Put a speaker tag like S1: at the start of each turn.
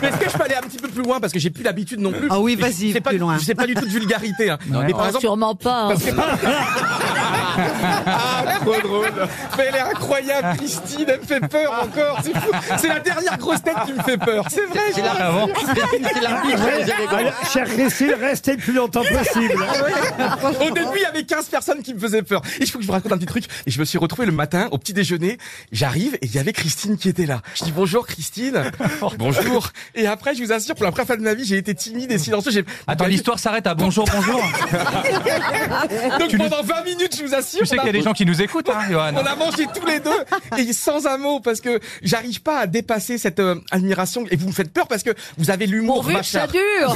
S1: Mais est-ce que je peux aller un petit peu plus loin parce que j'ai plus l'habitude non plus.
S2: Ah oui,
S1: Et je-
S2: vas-y,
S1: c'est pas
S2: plus
S1: du-
S2: loin.
S1: C'est pas du tout de vulgarité. hein. Mais par
S3: Oh,
S1: exemple,
S3: sûrement pas. hein.
S1: ah, trop drôle. Mais elle est incroyable, Christine. Elle me fait peur encore. C'est fou. C'est la dernière grosse tête qui me fait peur. C'est vrai. je-
S4: Ah
S5: Cher Christine, restez le plus longtemps possible.
S1: Ah Au début, il y avait 15 personnes qui me faisaient peur. Et il faut que je vous raconte un petit truc. Et je me suis retrouvé le matin au petit déjeuner. J'arrive et il y avait Christine qui était là. Je dis bonjour Christine. bonjour. Et après, je vous assure, pour la première fois de ma vie, j'ai été timide et silencieux. J'ai-
S4: Attends, l'histoire s'arrête à bonjour, bonjour.
S1: Donc pendant 20 minutes, je vous assure.
S4: Tu sais
S1: on a-
S4: qu'il y a des gens qui nous écoutent, hein, Johan.
S1: On a mangé tous les deux et sans un mot parce que j'arrive pas à dépasser cette euh, admiration et vous me faites peur parce que vous avez l'humour
S3: Pourvu que
S1: machin.
S3: ça dure.